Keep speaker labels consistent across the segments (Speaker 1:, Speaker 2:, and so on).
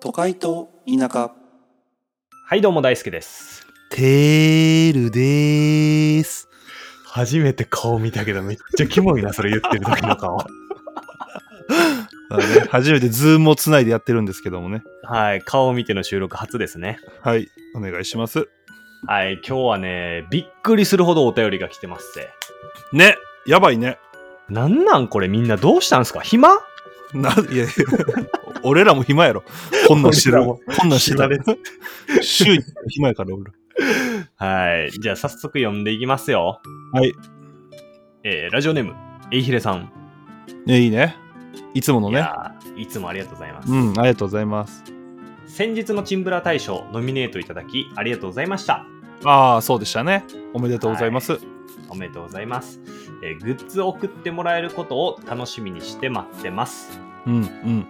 Speaker 1: 都会と田舎
Speaker 2: はい、どうも大輔です。
Speaker 3: テールでーす。
Speaker 4: 初めて顔見たけど、めっちゃキモいな、それ言ってる時の顔。
Speaker 3: あのね初めてズームをつないでやってるんですけどもね。
Speaker 2: はい、顔を見ての収録初ですね。
Speaker 3: はい、お願いします。
Speaker 2: はい、今日はね、びっくりするほどお便りが来てますぜ。
Speaker 3: ね、やばいね。
Speaker 2: なんなんこれみんなどうしたんすか暇
Speaker 3: な、いやいや、 俺らも暇やろ。こんなんしてる。
Speaker 2: 俺らも
Speaker 3: こんなんしてた
Speaker 2: 暇。
Speaker 3: 週に暇やから俺ら。
Speaker 2: はい、じゃあ早速読んでいきますよ。
Speaker 3: はい、
Speaker 2: えー、ラジオネーム、えいひれさん。
Speaker 3: ねいいね。いつもの
Speaker 2: い
Speaker 3: ね。
Speaker 2: やーいつもありがとうございます。
Speaker 3: うん、ありがとうございます。
Speaker 2: 先日のチンブラ大賞、ノミネートいただき、ありがとうございました。
Speaker 3: ああ、そうでしたね。おめでとうございます。
Speaker 2: おめでとうございます。えーグッズを送ってもらえることを楽しみにして待ってます。
Speaker 3: うん、うん。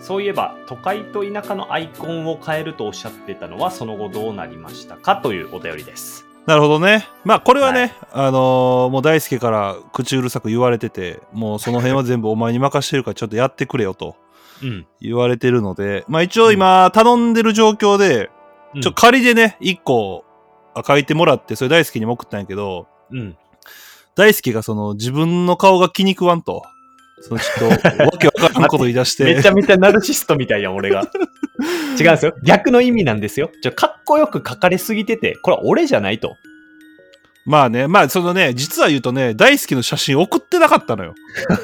Speaker 2: そういえば都会と田舎のアイコンを変えるとおっしゃってたのはその後どうなりましたかというお便りです。
Speaker 3: なるほどね。まあ、これはね、
Speaker 2: は
Speaker 3: あのーもう大輔から口うるさく言われてて、もうその辺は全部お前に任してるからちょっとやってくれよと。
Speaker 2: うん。
Speaker 3: 言われてるので、まあ一応今頼んでる状況で、ちょ、仮でね、一個あ書いてもらって、それ大輔にも送ったんやけど、
Speaker 2: うん。
Speaker 3: 大輔がその自分の顔が気に食わんと、そのちょっ とわけわからんこと言い出し
Speaker 2: め
Speaker 3: て
Speaker 2: ち、ゃめちゃナルシストみたいやん、 俺が。違うんですよ。逆の意味なんですよ。ちょ、かっこよく書かれすぎてて、これは俺じゃないと。
Speaker 3: まあね、まあそのね、実は言うとね、大輔の写真送ってなかったのよ。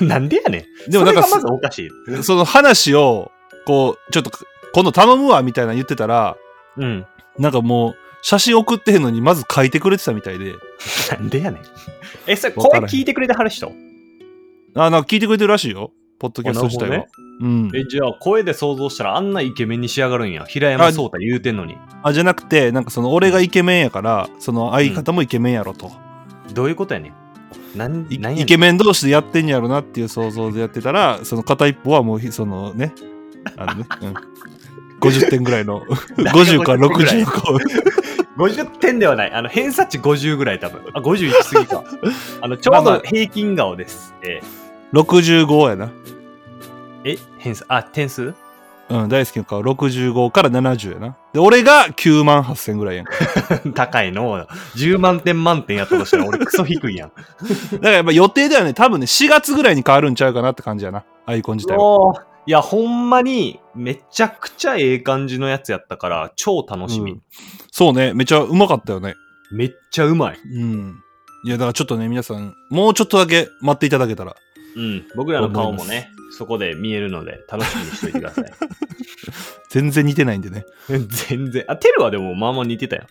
Speaker 2: なんでやねん。
Speaker 3: でもなんか
Speaker 2: それがまずおかしい。
Speaker 3: その話を、こう、ちょっと今度頼むわみたいなの言ってたら、
Speaker 2: うん。
Speaker 3: なんかもう写真送ってへんのにまず書いてくれてたみたいで、
Speaker 2: なんでやねん。 え、それ
Speaker 3: わ
Speaker 2: 声
Speaker 3: からへん
Speaker 2: 聞いてくれてはる人
Speaker 3: あ、なんか聞いてくれてるらしいよ。ポッドキャスト自体
Speaker 2: な
Speaker 3: は。
Speaker 2: る
Speaker 3: うん。
Speaker 2: え、じゃあ声で想像したらあんなイケメンに仕上がるんや。平山壮太言うてんのに。
Speaker 3: あじゃなくてなんかその俺がイケメンやからその相方もイケメンやろと、
Speaker 2: どういうことやねん。なん、
Speaker 3: い
Speaker 2: なんやねん
Speaker 3: イケメン同士でやってんやろなっていう想像でやってたらその片一方はもうひそのねあのね、うん、50点ぐらい の50から60の子
Speaker 2: 50点ではない。あの、偏差値50ぐらい多分。あ、50行き過ぎ か。あの、ちょう
Speaker 3: まあま
Speaker 2: ど
Speaker 3: あ
Speaker 2: 平均顔です。え
Speaker 3: 65やな、
Speaker 2: ーえ、偏差、あ、点数
Speaker 3: うん、大好きな顔65から70やなで俺が9万8000ぐらいやんか
Speaker 2: 高いのを10万点満点やったとしたら俺クソ低 いやん。
Speaker 3: だからやっぱ予定ではね多分ね4月ぐらいに変わるんちゃうかなって感じやなアイコン自体は
Speaker 2: もう、いや、ほんまにめちゃくちゃええ感じのやつやったから、超楽しみ。
Speaker 3: うんそうねめちゃうまかったよね
Speaker 2: めっちゃうまい。
Speaker 3: うんいやだからちょっとね皆さんもうちょっとだけ待っていただけたら
Speaker 2: うん。僕らの顔もね、そこで見えるので、楽しみにしといてください。
Speaker 3: 全然似てないんでね。
Speaker 2: 全然。あ、テルはでもまあまあ似てたよ。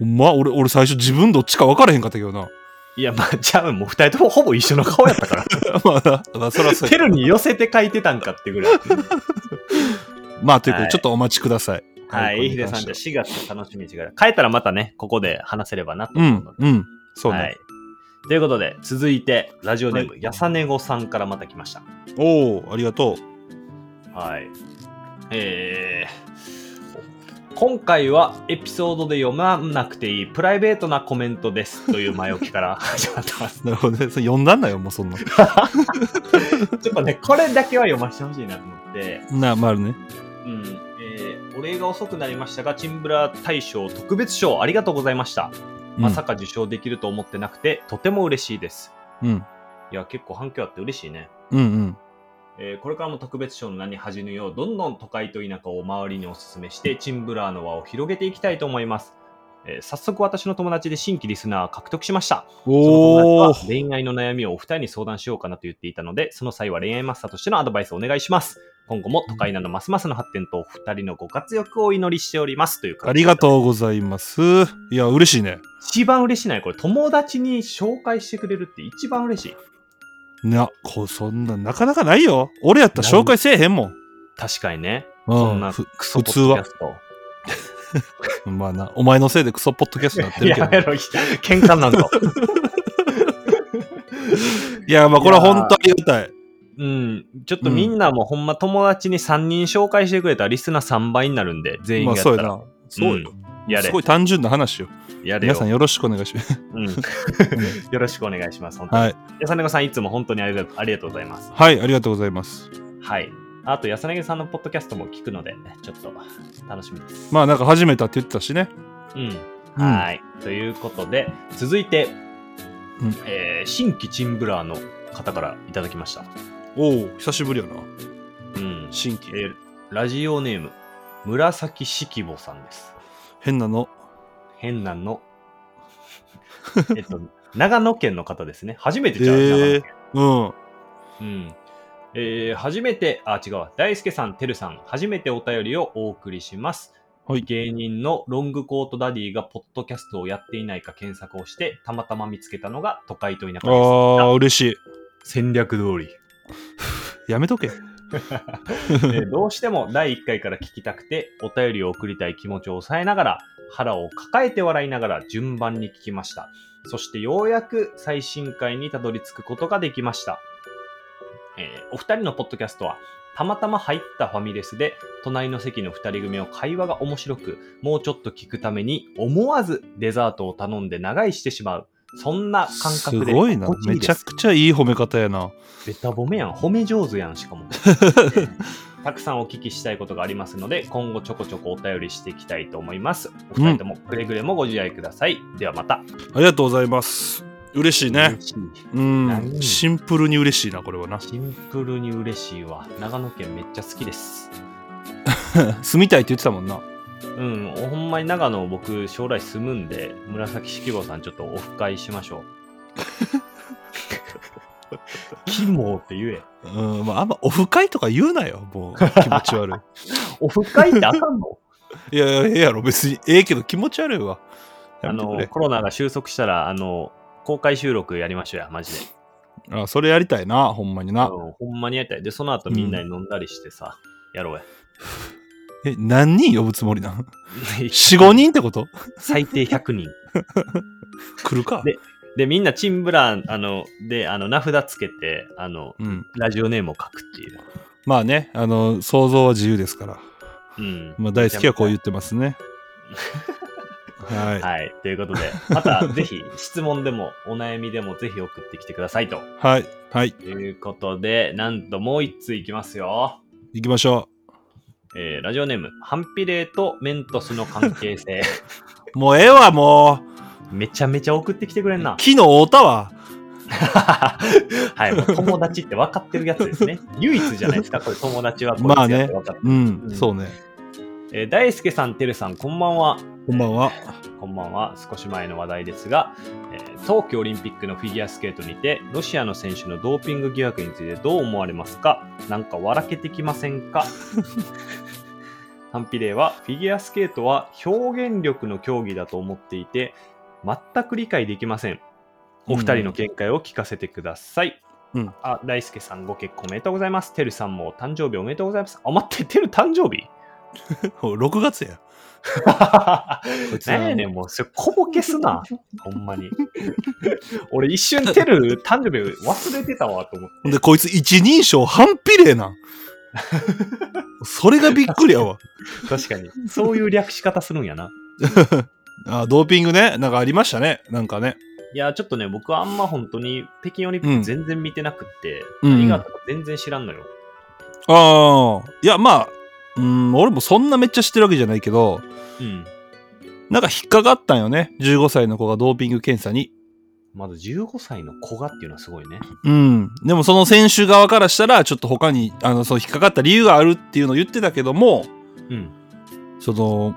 Speaker 3: ほんま俺、俺最初自分どっちか分からへんかったけどな。
Speaker 2: いや、まあ、じゃあもう二人ともほぼ一緒の顔やった から。
Speaker 3: まあな、まあ、そらそう
Speaker 2: テ
Speaker 3: や
Speaker 2: ルに寄せて書いてたんかってぐらい。
Speaker 3: まあ、というこ
Speaker 2: は
Speaker 3: と
Speaker 2: い
Speaker 3: で、ちょっとお待ちください。
Speaker 2: はい、えいひでさんじゃあ4月楽しみにしてください。帰ったらまたね、ここで話せればなと
Speaker 3: う
Speaker 2: 思うの
Speaker 3: ん、
Speaker 2: で。
Speaker 3: うん。そうね。
Speaker 2: はい。ということで、続いて、ラジオネーム、
Speaker 3: はい
Speaker 2: やさねごさんからまた来ました。
Speaker 3: おおありがと
Speaker 2: はい。えー、今回はエピソードで読まなくていいプライベートなコメントですという前置きから 始まってます。
Speaker 3: う。なるほどね。それ呼んだんだよ、もうそんな。
Speaker 2: ちょっとね、これだけは読ませてほしいなと思って、
Speaker 3: なあ、まあね。
Speaker 2: うん。えーお礼が遅くなりましたが、チンブラ大賞特別賞ありがとうございました。
Speaker 3: うん
Speaker 2: まさか受賞できると思ってなくて、とても嬉しいです。
Speaker 3: うん。
Speaker 2: いや、結構反響あって嬉しいね。
Speaker 3: うんうん。
Speaker 2: えーこれからも特別賞の名に恥じぬよう、どんどん都会と田舎を周りにお勧めして、チンブラーの輪を広げていきたいと思います。えー早速私の友達で新規リスナーを獲得しました。その
Speaker 3: お
Speaker 2: 友
Speaker 3: お
Speaker 2: 達は恋愛の悩みをお二人に相談しようかなと言っていたので、その際は恋愛マスターとしてのアドバイスをお願いします。今後も都会などますますの発展とお二人のご活躍をお祈りしております。という
Speaker 3: ありが
Speaker 2: う。
Speaker 3: とうございます。いや、嬉しいね。
Speaker 2: 一番嬉しいのはこれ友達に紹介してくれるって一番嬉しい。
Speaker 3: な、こう、そんな、なかなかないよ。俺やったら紹介せえへんもん。
Speaker 2: 確かにね。そん
Speaker 3: う。
Speaker 2: なん
Speaker 3: ふ
Speaker 2: クソ
Speaker 3: 普
Speaker 2: ポ
Speaker 3: 通
Speaker 2: ッドキ
Speaker 3: は
Speaker 2: ャスト。
Speaker 3: まあな、お前のせいでクソポッドキャストになってるけ
Speaker 2: や
Speaker 3: ど。
Speaker 2: めろ、喧嘩なんだ。
Speaker 3: いや、まあこれは本当ありがたい。
Speaker 2: うん。ちょっとみんなもほんま友達に3人紹介してくれたらリスナー3倍になるんで、全員
Speaker 3: まあ
Speaker 2: がや
Speaker 3: そ
Speaker 2: っ
Speaker 3: う
Speaker 2: た
Speaker 3: や
Speaker 2: ら。
Speaker 3: な。そうよ。
Speaker 2: や
Speaker 3: す
Speaker 2: れ
Speaker 3: ご。い単純な話よ。
Speaker 2: やれ
Speaker 3: 皆
Speaker 2: よ。
Speaker 3: さんよろしくお願いします。
Speaker 2: うん、よろしくお願いします。本当に。
Speaker 3: はい。
Speaker 2: やさねこさん、いつも本当にありがありがとうございます。
Speaker 3: はい、ありがとうございます。
Speaker 2: はい。あと、安柳さんのポッドキャストも聞くので、ちょっと楽しみです。
Speaker 3: まあなんか始めたって言ってたしね。
Speaker 2: うん。
Speaker 3: うん
Speaker 2: はーい。ということで、続いて、
Speaker 3: うん
Speaker 2: えー新規チンブラーの方からいただきました。
Speaker 3: おお、久しぶりやな。
Speaker 2: うん。
Speaker 3: 新規。
Speaker 2: えーラジオネーム、紫式部さんです。
Speaker 3: 変なの。
Speaker 2: 変なの。えっと、長野県の方ですね。初めてじゃん、長野
Speaker 3: え
Speaker 2: 県。
Speaker 3: ー、
Speaker 2: うん。えー初めて、あ、違うわ。大輔さん、てるさん、初めてお便りをお送りします。
Speaker 3: はい
Speaker 2: 芸人のロングコートダディがポッドキャストをやっていないか検索をして、たまたま見つけたのが都会と田舎
Speaker 3: うん。
Speaker 2: です。
Speaker 3: ああ、嬉しい。
Speaker 2: 戦略通り。
Speaker 3: やめとけ。
Speaker 2: えーどうしても第1回から聞きたくて、お便りを送りたい気持ちを抑えながら、腹を抱えて笑いながら順番に聞きました。そしてようやく最新回にたどり着くことができました。えーお二人のポッドキャストは、たまたま入ったファミレスで、隣の席の二人組の会話が面白く、もうちょっと聞くために、思わずデザートを頼んで長居してしまう。そんな感
Speaker 3: す
Speaker 2: 覚で
Speaker 3: ごいな。
Speaker 2: 心地
Speaker 3: め
Speaker 2: で
Speaker 3: ちゃ
Speaker 2: す
Speaker 3: くちゃいい褒め方やな。
Speaker 2: ベタ褒めやん、褒め上手やん、しか も。たくさんお聞きしたいことがありますので、今後ちょこちょこお便りしていきたいと思います。お二人ともくれぐれもご自愛ください。ではまた。
Speaker 3: ありがとうございます。嬉しいね。
Speaker 2: 嬉しい
Speaker 3: うん。
Speaker 2: ん
Speaker 3: シンプルに嬉しいな、これは な。
Speaker 2: シンプルに嬉しいわ。長野県めっちゃ好きです。
Speaker 3: 住みたいって言ってたもんな。
Speaker 2: うん、ほんまに長野、僕、将来住むんで、紫式部さん、ちょっとオフ会しまし ょう。キモって言え。
Speaker 3: うん、まあ、あんまオフ会とか言うなよ、 もう。気持ち悪
Speaker 2: オフ会ってあかんの
Speaker 3: い。いやいや、ええやろ、別に。ええけど気持ち悪いわ。
Speaker 2: あ
Speaker 3: やめてく
Speaker 2: の、
Speaker 3: れ。
Speaker 2: コロナが収束したら、あの、公開収録やりましょうや、マジで。
Speaker 3: あそれやりたいな、ほんまにな。
Speaker 2: うんほんまにやりたい。で、その後みんなに飲んだりしてさ、やろうや。
Speaker 3: え、何人呼ぶつもりなん ?4、5人ってこと
Speaker 2: 最低100人。
Speaker 3: 来るか。
Speaker 2: でで、みんなチンブラン、あの、で、あの、名札つけて、あの、
Speaker 3: うん。
Speaker 2: ラジオネームを書くっていう。
Speaker 3: まあね、あの、想像は自由ですから。
Speaker 2: うん。
Speaker 3: まあ、大好きはこう言
Speaker 2: う。
Speaker 3: ってます ね。は
Speaker 2: はい。ということで、また、ぜひ、質問でも、お悩みでも、ぜひ送ってきてくださいと。
Speaker 3: い。はい。はい。
Speaker 2: いうことで、なんともう一通いきますよ。
Speaker 3: 行きましょ
Speaker 2: えーラジオネーム、ハンピレーとメントスの関係 性。
Speaker 3: う。もうええわ、もう。
Speaker 2: めちゃめちゃ送ってきてくれんな。
Speaker 3: 昨日会うたわ。
Speaker 2: はい、もう友達って分かってるやつですね。唯一じゃないですか、これ友達はこいつやって分かってる
Speaker 3: うん、
Speaker 2: うん
Speaker 3: そうね。
Speaker 2: えー大輔さん、てるさん、こんばんは。
Speaker 3: こんばんは。
Speaker 2: こんばんは。少し前の話題ですが、えー冬季オリンピックのフィギュアスケートにて、ロシアの選手のドーピング疑惑についてどう思われますかなんか笑けてきませんか ハンピレイは、フィギュアスケートは表現力の競技だと思っていて、全く理解できません。お二人の見解を聞かせてください。
Speaker 3: うん
Speaker 2: あ、大輔さんご結婚おめでとうございます。てるさんもお誕生日おめでとうございます。あ、待って、てる誕生日
Speaker 3: お6月や。 こいつは
Speaker 2: 何やねん、もう、それ、こぼけす な、ほんまに。俺、一瞬、てる誕生日忘れてたわ、と思って。
Speaker 3: ほんで、こいつ一人称反比例なん。それがびっくりやわ。
Speaker 2: 確かに。そういう略し方するんやな。
Speaker 3: あ、ドーピングね。なんかありましたね。なんかね。
Speaker 2: いや、ちょっとね、僕はあんま本当に、北京オリンピック全然見てなくって、
Speaker 3: うん
Speaker 2: 何があったか全然知らんのよ。
Speaker 3: ああ。いや、まあ、うん、俺もそんなめっちゃ知ってるわけじゃないけど、
Speaker 2: うん。
Speaker 3: なんか引っかかったんよね。15歳の子がドーピング検査に。
Speaker 2: まだ15歳の子がっていうのはすごいね。
Speaker 3: うん。でもその選手側からしたら、ちょっと他に、あの、その引っかかった理由があるっていうのを言ってたけども、
Speaker 2: うん。
Speaker 3: その、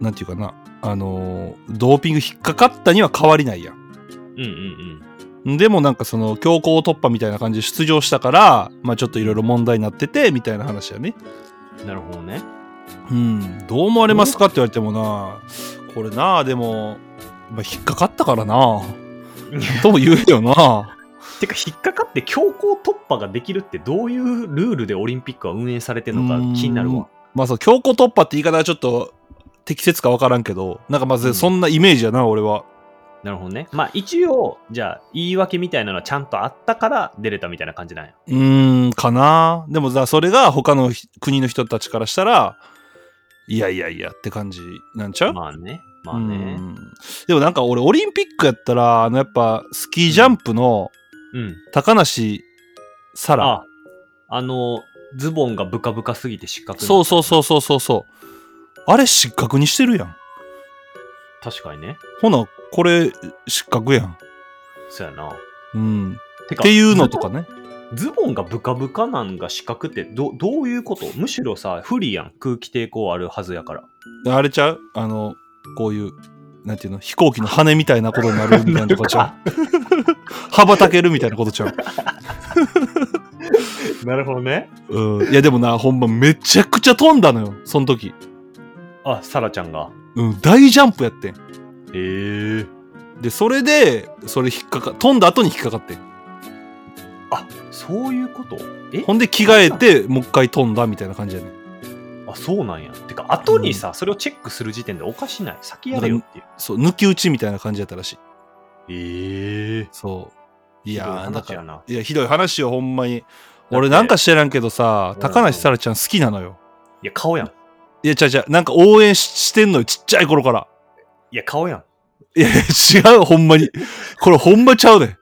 Speaker 3: なんていうかな、あの、ドーピング引っかかったには変わりないやん。
Speaker 2: うんうんうん。
Speaker 3: でもなんかその、強行突破みたいな感じで出場したから、まあちょっといろいろ問題になってて、みたいな話やね。
Speaker 2: なるほどね。
Speaker 3: うん。どう思われますかって言われてもな、これな、でも、まあ、引っかかったからな、とも言うよな。
Speaker 2: てか、引っかかって強行突破ができるって、どういうルールでオリンピックは運営されてるのか気になるわ。
Speaker 3: まあそう、強行突破って言い方はちょっと適切かわからんけど、なんかま
Speaker 2: う
Speaker 3: ず
Speaker 2: ん
Speaker 3: そんなイメージやな、俺は。
Speaker 2: なるほどね。まあ一応、じゃあ言い訳みたいなのはちゃんとあったから出れたみたいな感じなんや。
Speaker 3: うーん、かな。でもさ、それが他のひ国の人たちからしたら、いやいやいやって感じなんちゃう、
Speaker 2: まあね。まあね
Speaker 3: う。んでもなんか俺、オリンピックやったら、あのやっぱスキージャンプの
Speaker 2: うん。
Speaker 3: 高梨沙羅。
Speaker 2: あ、あの、ズボンがブカブカすぎて失格
Speaker 3: そううそうそうそうそうそう。あれ失格にしてるやん。
Speaker 2: 確かにね
Speaker 3: ほな、これ失格やん。
Speaker 2: そうやな
Speaker 3: うん。
Speaker 2: て
Speaker 3: っていうのとかね。
Speaker 2: ズボンがブカブカなんが四角ってどどういうことむしろさ不利やん空気抵抗あるはずやから
Speaker 3: あれちゃうあの、こういう、なんていうの飛行機の羽みたいなことになるみ たいなとかちゃう羽ばたけるみたいなことちゃう
Speaker 2: なるほどね
Speaker 3: うん。いやでもな、ほんまめちゃくちゃ飛んだのよ。その時。
Speaker 2: あサラちゃんが
Speaker 3: うん。大ジャンプやってん。
Speaker 2: ええ
Speaker 3: で、それで、それ引っかか、飛んだ後に引っかかってん。
Speaker 2: あそういうことえ
Speaker 3: ほんで着替えて、もう一回飛んだみたいな感じやねん。
Speaker 2: あそうなんやてか後にさ、それをチェックする時点でおかしない先やれよっていう
Speaker 3: そう、抜き打ちみたいな感じやったらしい。
Speaker 2: ええ
Speaker 3: そう。い
Speaker 2: い
Speaker 3: やー、だ
Speaker 2: 話
Speaker 3: か
Speaker 2: や
Speaker 3: ら、
Speaker 2: ない
Speaker 3: や、ひどい話よ、ほんまに。
Speaker 2: て
Speaker 3: 俺なんか知らんけどさ
Speaker 2: う、ん
Speaker 3: 高梨沙羅ちゃん好きなのよ。
Speaker 2: いや顔やん
Speaker 3: いや、ちゃうちゃう、なんか応援ししてんのよ、ちっちゃい頃から。
Speaker 2: いや顔やん
Speaker 3: いや、違う、ほんまに。これほんまちゃうね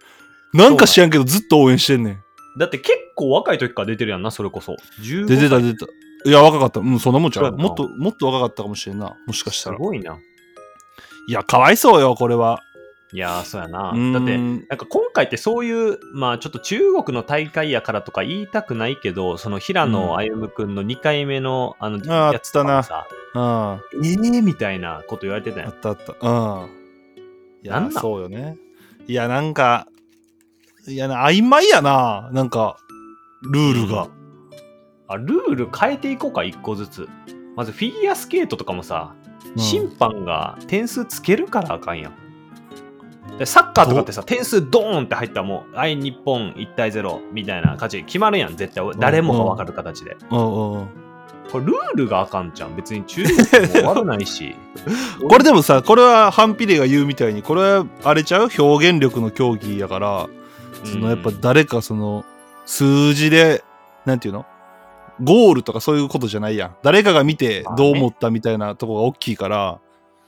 Speaker 3: ん。なんか知らんけど、ずっと応援してんねん。
Speaker 2: だって結構若い時から出てるやんなそれこそ15
Speaker 3: で、出た、出た。いや、若かった。うん、そんなもんちゃ
Speaker 2: そう
Speaker 3: う。
Speaker 2: やな
Speaker 3: もっと、もっと若かったかもしれんな。もしかしたら
Speaker 2: す。ごいない
Speaker 3: や、かわいそうよ、これは。
Speaker 2: いやーそうやな
Speaker 3: うーん
Speaker 2: だってなんか今回ってそういう、まあちょっと中国の大会やからとか言いたくないけど、その平野歩夢君の2回目の、あの、
Speaker 3: あー
Speaker 2: やつとかもさ、
Speaker 3: うん。あ
Speaker 2: ええみたいなこと言われてたやん。
Speaker 3: ったあった。うん。い
Speaker 2: な
Speaker 3: や
Speaker 2: ん、なん
Speaker 3: そうよね。いや、なんか、いやな、曖昧やな。なんか、ルールが。
Speaker 2: あ、ルール変えていこうか、1個ずつ。まずフィギュアスケートとかもさ、
Speaker 3: うん
Speaker 2: 審判が点数つけるからあかんやん。でサッカーとかってさ、点数ドーンって入ったらもう、あい、日本1対0みたいな勝ち決まるやん、絶対。誰もが分かる形で。
Speaker 3: うんうんうん。
Speaker 2: これルールがあかんじゃん。別に中国 も悪ないし。
Speaker 3: これでもさこれはハンピレが言うみたいにこれはあれちゃう表現力の競技やからそのやっぱ
Speaker 2: うん
Speaker 3: 誰かその数字でなんていうのゴールとかそういうことじゃないやん誰かが見て
Speaker 2: まあね
Speaker 3: どう思ったみたいなとこが大きいから、ま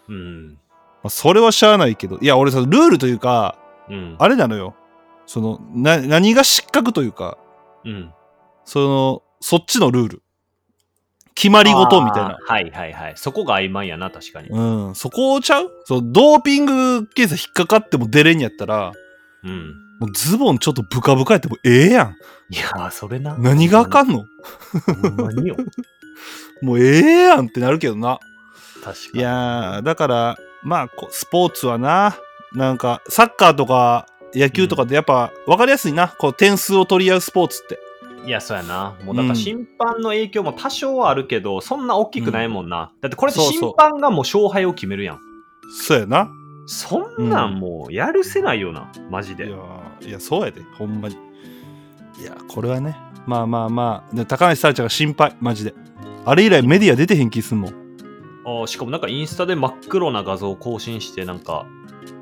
Speaker 2: うん。
Speaker 3: あ、それはしゃあないけどいや俺さルールというか
Speaker 2: うん。
Speaker 3: あれなのよそのな何が失格というか
Speaker 2: うん。
Speaker 3: そのそっちのルール決まり事みたいな
Speaker 2: あーはいはいはい。そこが曖昧やな、確かに。
Speaker 3: うん、そこをちゃうそうドーピング検査引っかかっても出れんやったら
Speaker 2: うん。
Speaker 3: もうズボンちょっとブカブカやってもええやん。
Speaker 2: いやー、それな。
Speaker 3: 何があかんの
Speaker 2: ほんま によ。
Speaker 3: もうええやんってなるけどな。
Speaker 2: 確か
Speaker 3: い
Speaker 2: に。
Speaker 3: やー、だから、まあ、こスポーツはな、なんか、サッカーとか野球とかでやっぱ分かりやすいな。こう、点数を取り合うスポーツって。
Speaker 2: いや、そうやな。もうだか
Speaker 3: うん
Speaker 2: ら審判の影響も多少はあるけど、そんな大きくないもんな。だってこれって
Speaker 3: そうそう
Speaker 2: 審判がもう勝敗を決めるやん。
Speaker 3: そうやな。
Speaker 2: そんなんもうやるせないよな、マジ
Speaker 3: いや
Speaker 2: で。
Speaker 3: ー、いやそうやで、ほんまに。いや、これはね、まあまあまあ、で高梨沙羅ちゃんが心配、マジで。あれ以来メディア出てへん気すんもん。
Speaker 2: あーしかもなんかインスタで真っ黒な画像を更新して、なんか、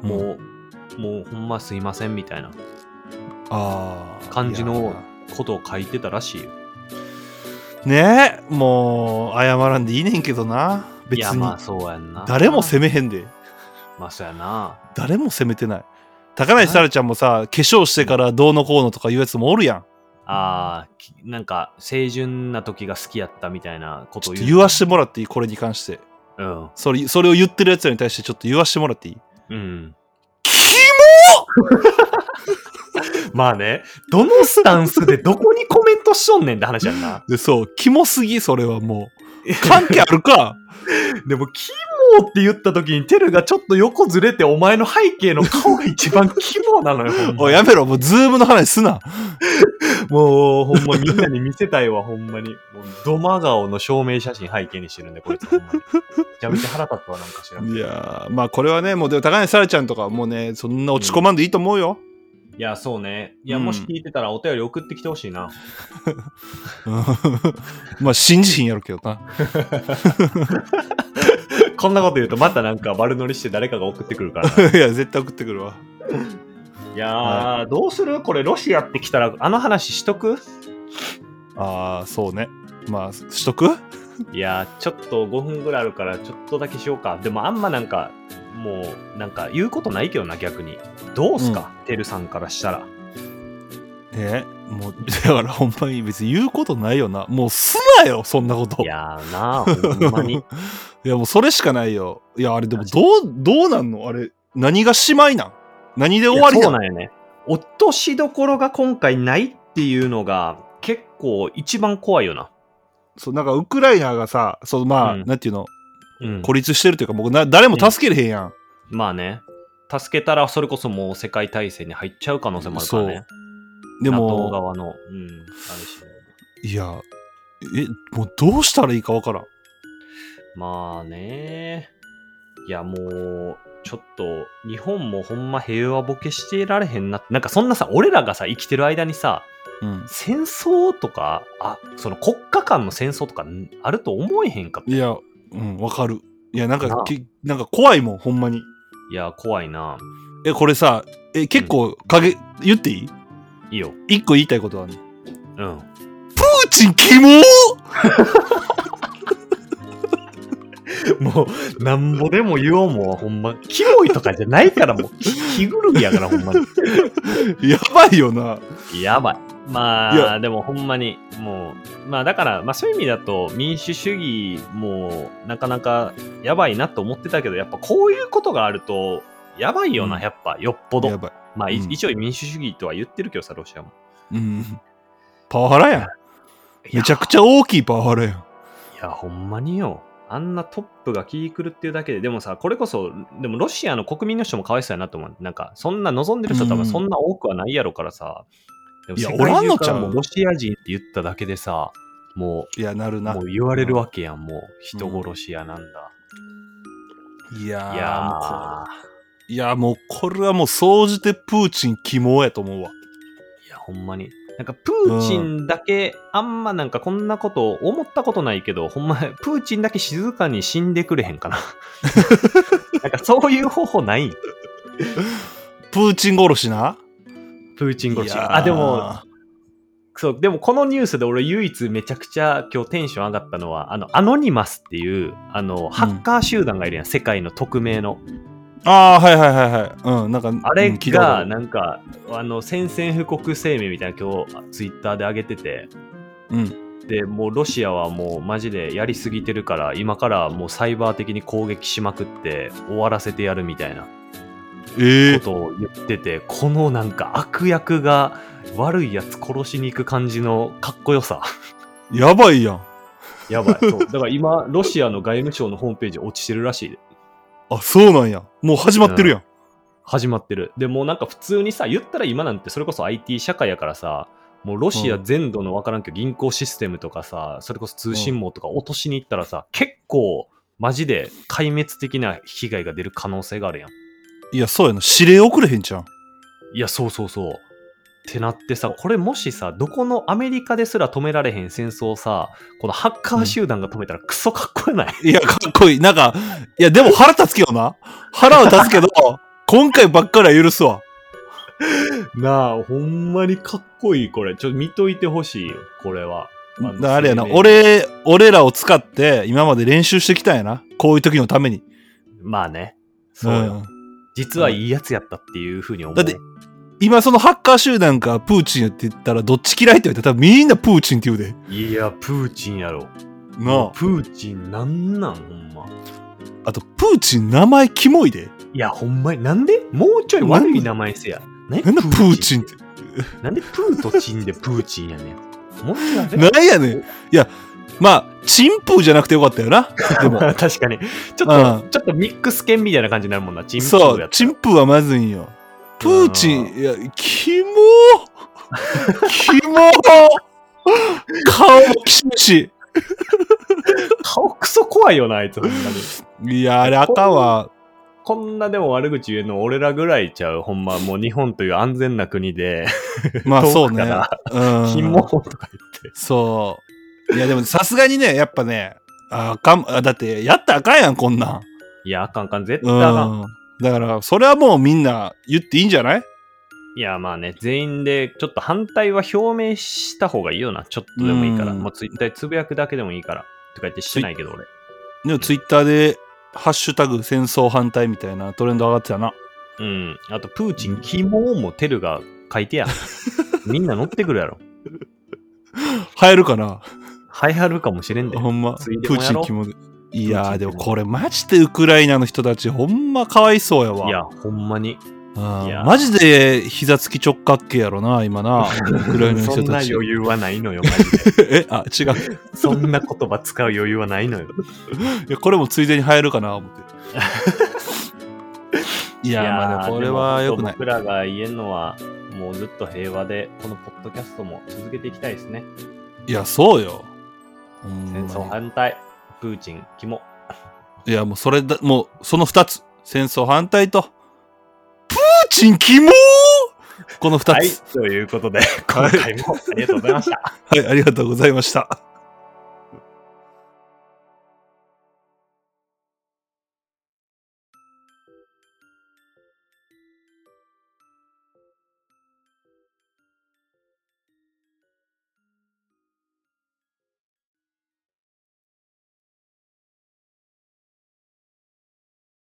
Speaker 2: もう、もうほんますいませんみたいな
Speaker 3: あー
Speaker 2: 感じの
Speaker 3: いやー
Speaker 2: ことを書いてたらしいよ。
Speaker 3: ねえもう謝らんでいいねんけどない別
Speaker 2: や、
Speaker 3: に
Speaker 2: まあそうやんな。
Speaker 3: 誰も責めへんで
Speaker 2: まあそうやな。
Speaker 3: 誰も責めてない高梨沙羅ちゃんもさ化粧してからどうのこうのとかいうやつもおるやん
Speaker 2: ああ、きなんか、清純な時が好きやったみたいなこ
Speaker 3: ち
Speaker 2: と
Speaker 3: ょ
Speaker 2: を
Speaker 3: っと
Speaker 2: 言う。
Speaker 3: 言わしてもらっていいこれに関して
Speaker 2: うん。
Speaker 3: それそれを言ってるやつらに対してちょっと言わしてもらっていい
Speaker 2: うん。
Speaker 3: キ
Speaker 2: まあね、どのスタンスでどこにコメントしとんねんって話やん な。
Speaker 3: モでそうキモすぎそれはもう関係あるか
Speaker 2: でも、キモって言った時に、テルがちょっと横ずれて、お前の背景の顔が一番キモなのよ。ほんま
Speaker 3: おいやめろもうズームの話すな
Speaker 2: もう、ほんまみんなに見せた いわ、ほんまに。もうドマ顔の証明写真背景にしてるんで、こいつほんまに。めちゃめちゃ腹立つわ、なんか知らんけど。
Speaker 3: いやーまあこれはねもうでも高梨沙羅ちゃんとかはもうねそんな落ち込まんでいいと思うよ、
Speaker 2: いや、そうね。いや、
Speaker 3: うん
Speaker 2: もし聞いてたらお便り送ってきてほしいな。
Speaker 3: まあ信じひんやろうけどな
Speaker 2: こんなこと言うと、またなんか丸乗りして誰かが送ってくるからな。
Speaker 3: いや、絶対送ってくるわ。
Speaker 2: いやー、どうするこれロシアって来たらあの話しとく
Speaker 3: ああ、そうね。まあ、しとく
Speaker 2: いやーちょっと5分ぐらいあるからちょっとだけしようかでもあんまなんかもうなんか言うことないけどな逆にどうすか、てるさんからしたら
Speaker 3: えもうだからほんまに別に言うことないよなもうすなよそんなこと
Speaker 2: いやーなー、ほんまに。
Speaker 3: いやもうそれしかないよいやあれでもどうどうなんのあれ何が姉妹なん何で終わり
Speaker 2: いやそう
Speaker 3: な
Speaker 2: んなんよね。落としどころが今回ないっていうのが、結構一番怖いよな。
Speaker 3: そうなんかウクライナがさそのまあ、
Speaker 2: うん
Speaker 3: なんていうの
Speaker 2: うん。
Speaker 3: 孤立してるというかもうな誰も助けれへんやん、
Speaker 2: まあね。助けたら、それこそもう世界大戦に入っちゃう可能性もあるからね。
Speaker 3: で
Speaker 2: NATO
Speaker 3: も
Speaker 2: 側の、うん、あるしね。
Speaker 3: いやえもうどうしたらいいかわからん
Speaker 2: まあね。いや、もう、ちょっと、日本もほんま平和ボケしてられへんなって。なんかそんなさ、俺らがさ、生きてる間にさ、
Speaker 3: うん
Speaker 2: 戦争とか、あ、その国家間の戦争とかんあると思えへんかった。
Speaker 3: いやうんわかるいやなんか
Speaker 2: なあ
Speaker 3: けなんか怖いもんほんまに
Speaker 2: いや、怖いな。
Speaker 3: えこれさえ結構影、言っていい
Speaker 2: いいよ。
Speaker 3: 一個言いたいことあるのプ
Speaker 2: うん。
Speaker 3: ーチンキモー
Speaker 2: もう、なんぼでも言おうもん、ほんま。キモいとかじゃないから、もう、気ぐるみやから、ほんまに。
Speaker 3: やばいよな
Speaker 2: やばい。
Speaker 3: い
Speaker 2: まあ、
Speaker 3: や
Speaker 2: でもほんまに、もう、まあだから、まあそういう意味だと、民主主義も、なかなか、やばいなと思ってたけど、やっぱこういうことがあると、やばいよな、
Speaker 3: うん
Speaker 2: やっぱ、よっぽ
Speaker 3: や
Speaker 2: ど。
Speaker 3: ばい
Speaker 2: まあ、い
Speaker 3: うん
Speaker 2: 一応民主主義とは言ってるけどさ、ロシアも。
Speaker 3: うんパワハラやんめちゃく
Speaker 2: ゃ。
Speaker 3: ちゃ大きいパワハラやん
Speaker 2: いや、ほんまによ。あんなトップが気狂っていうだけで、でもさ、これこそ、でもロシアの国民の人もかわいそうやなと思う。なんか、そんな望んでる人多分そんな多くはないやろからさ。でも
Speaker 3: いや
Speaker 2: 世界中
Speaker 3: おらんのちゃう
Speaker 2: からもロシア人って言っただけでさ、も
Speaker 3: いやなる
Speaker 2: う、
Speaker 3: な
Speaker 2: もう言われるわけやん、もう、人殺しやなんだ。
Speaker 3: いやー
Speaker 2: いや
Speaker 3: いやもうこれはもう総じてプーチン肝やと思うわ。
Speaker 2: ー、いや、ほんまに。なんか、プーチンだけ、あんまなんかこんなこと思ったことないけど、ほんま、プーチンだけ静かに死んでくれへんか な。なんか、そういう方法ない
Speaker 3: プーチン殺しな
Speaker 2: プーチン殺し。
Speaker 3: いやー
Speaker 2: あ、でも、そう、でもこのニュースで俺唯一めちゃくちゃ今日テンション上がったのは、あの、アノニマスっていう、あの、ハッカー集団がいるやん、世界の匿名の。
Speaker 3: ああはいはいはいはい。うん、なんか、
Speaker 2: あれ
Speaker 3: うん聞いたこと
Speaker 2: が、
Speaker 3: る
Speaker 2: なんか、あの、宣戦布告声明みたいな今日、ツイッターで上げてて、
Speaker 3: うん。
Speaker 2: で、もうロシアはもうマジでやりすぎてるから、今からもうサイバー的に攻撃しまくって終わらせてやるみたいな
Speaker 3: ええ
Speaker 2: ことを言ってて、このなんか悪役が悪いやつ殺しに行く感じのかっこよさ。
Speaker 3: やばいやん。
Speaker 2: やばい。そうだから今、ロシアの外務省のホームページ落ちてるらしいで。
Speaker 3: あ、そうなんや。もう始まってるやん。
Speaker 2: 始まってる。でもうなんか普通にさ、言ったら今なんてそれこそ IT 社会やからさ、もうロシア全土のわからんけど銀行システムとかさ、それこそ通信網とか落としに行ったらさ、結構マジで壊滅的な被害が出る可能性があるやん。
Speaker 3: いや、そうやな。指令送れへんじゃん。
Speaker 2: いや、そうそうそう。ってなってさ、これもしさ、どこのアメリカですら止められへん戦争をさ、このハッカー集団が止めたらクソかっこよない。
Speaker 3: いや、かっこいい。なんか、いや、でも腹立つけどな。腹は立つけ ど、今回ばっかりは許すわ。
Speaker 2: なあ、ほんまにかっこいい、これ。ちょっと見といてほしいよ、これは。あの
Speaker 3: だあれやな。
Speaker 2: 声明
Speaker 3: 俺、俺らを使って、今まで練習してきたんやな。こういう時のために。
Speaker 2: まあね。そうよ。
Speaker 3: ん
Speaker 2: 実はいいやつやったっていうふうに思う。
Speaker 3: だって今そのハッカー集団かプーチンって言ったらどっち嫌いって言ったら多分みんなプーチンって言うで。
Speaker 2: いや、プーチンやろ。
Speaker 3: なあ。
Speaker 2: プーチンなんなん、ほんま。
Speaker 3: あとプーチン名前キモいで。
Speaker 2: いや、ほんまに。なんでもうちょい悪い名前せや。ね
Speaker 3: なんだプーチンって。
Speaker 2: ン。なんでプーとチンでプーチンやねん。もうちょいあれ
Speaker 3: なんやねん。いや、まあ、チンプーじゃなくてよかったよな。で も。
Speaker 2: 確かに。ちょっ
Speaker 3: う
Speaker 2: と、ちょっとミックス犬みたいな感じになるもんな。チン
Speaker 3: ん。
Speaker 2: プー
Speaker 3: そ
Speaker 2: や
Speaker 3: う
Speaker 2: っ、た
Speaker 3: チンプーはまずいんよ。プーチ
Speaker 2: う
Speaker 3: ン、いや、キモーキモー顔もキシムシ。
Speaker 2: 顔クソ怖いよな、あいつ、ほんまに。
Speaker 3: いや、あれあかん わ。
Speaker 2: こんなでも悪口言えんの俺らぐらいちゃう。ほんま、もう日本という安全な国で、
Speaker 3: まあそうね
Speaker 2: 遠くか。
Speaker 3: うん。
Speaker 2: キモとか言って。
Speaker 3: そう。いや、でもさすがにね、やっぱね、ああかん、あだって、やったらあかんやん、こんなん。
Speaker 2: いや、あかんあかん、絶対
Speaker 3: うん。
Speaker 2: あかん。
Speaker 3: だから、それはもうみんな言っていいんじゃない
Speaker 2: いや、まあね、全員で、ちょっと反対は表明した方がいいよな。ちょっとでもいいから。
Speaker 3: うん
Speaker 2: もうツイッターでつぶやくだけでもいいから。とか言ってしてないけど、俺。
Speaker 3: でも、ツイッターで、ハッシュタグ戦争反対みたいなトレンド上がってたな。
Speaker 2: うん。あと、プーチン、キモーもテルが書いてや。みんな乗ってくるやろ。
Speaker 3: 入るかな
Speaker 2: はやるかもしれんで。
Speaker 3: ほんま。
Speaker 2: ついで
Speaker 3: プ
Speaker 2: も
Speaker 3: ー
Speaker 2: や
Speaker 3: チ
Speaker 2: ろ
Speaker 3: ン肝で。いやーでも
Speaker 2: プーチン肝で
Speaker 3: これマジでウクライナの人たちほんまかわいそうやわ。
Speaker 2: いや、ほんまに。
Speaker 3: あー
Speaker 2: いや
Speaker 3: マジで膝つき直角形やろな、今な。ウクライナの
Speaker 2: そ
Speaker 3: 人
Speaker 2: んな
Speaker 3: た
Speaker 2: 余
Speaker 3: ち。
Speaker 2: 裕はないのよ、マジで。
Speaker 3: え、あ、違う。
Speaker 2: そんな言葉使う余裕はないのよ。
Speaker 3: いや、これもついでに入るかな、思って。いや
Speaker 2: いやー
Speaker 3: まあでもこれは良くない
Speaker 2: で。も本当僕らが言えるのは、もうずっと平和で、このポッドキャストも続けていきたいですね。
Speaker 3: いや、そうよ。ほんま
Speaker 2: 戦
Speaker 3: に
Speaker 2: 争反対、プーチン、肝。
Speaker 3: いや、もうそれだ、もうその二つ。戦争反対と、プーチン肝この二
Speaker 2: はい
Speaker 3: つ。、
Speaker 2: ということで、今回もありがとうございました。
Speaker 3: はい、ありがとうございました。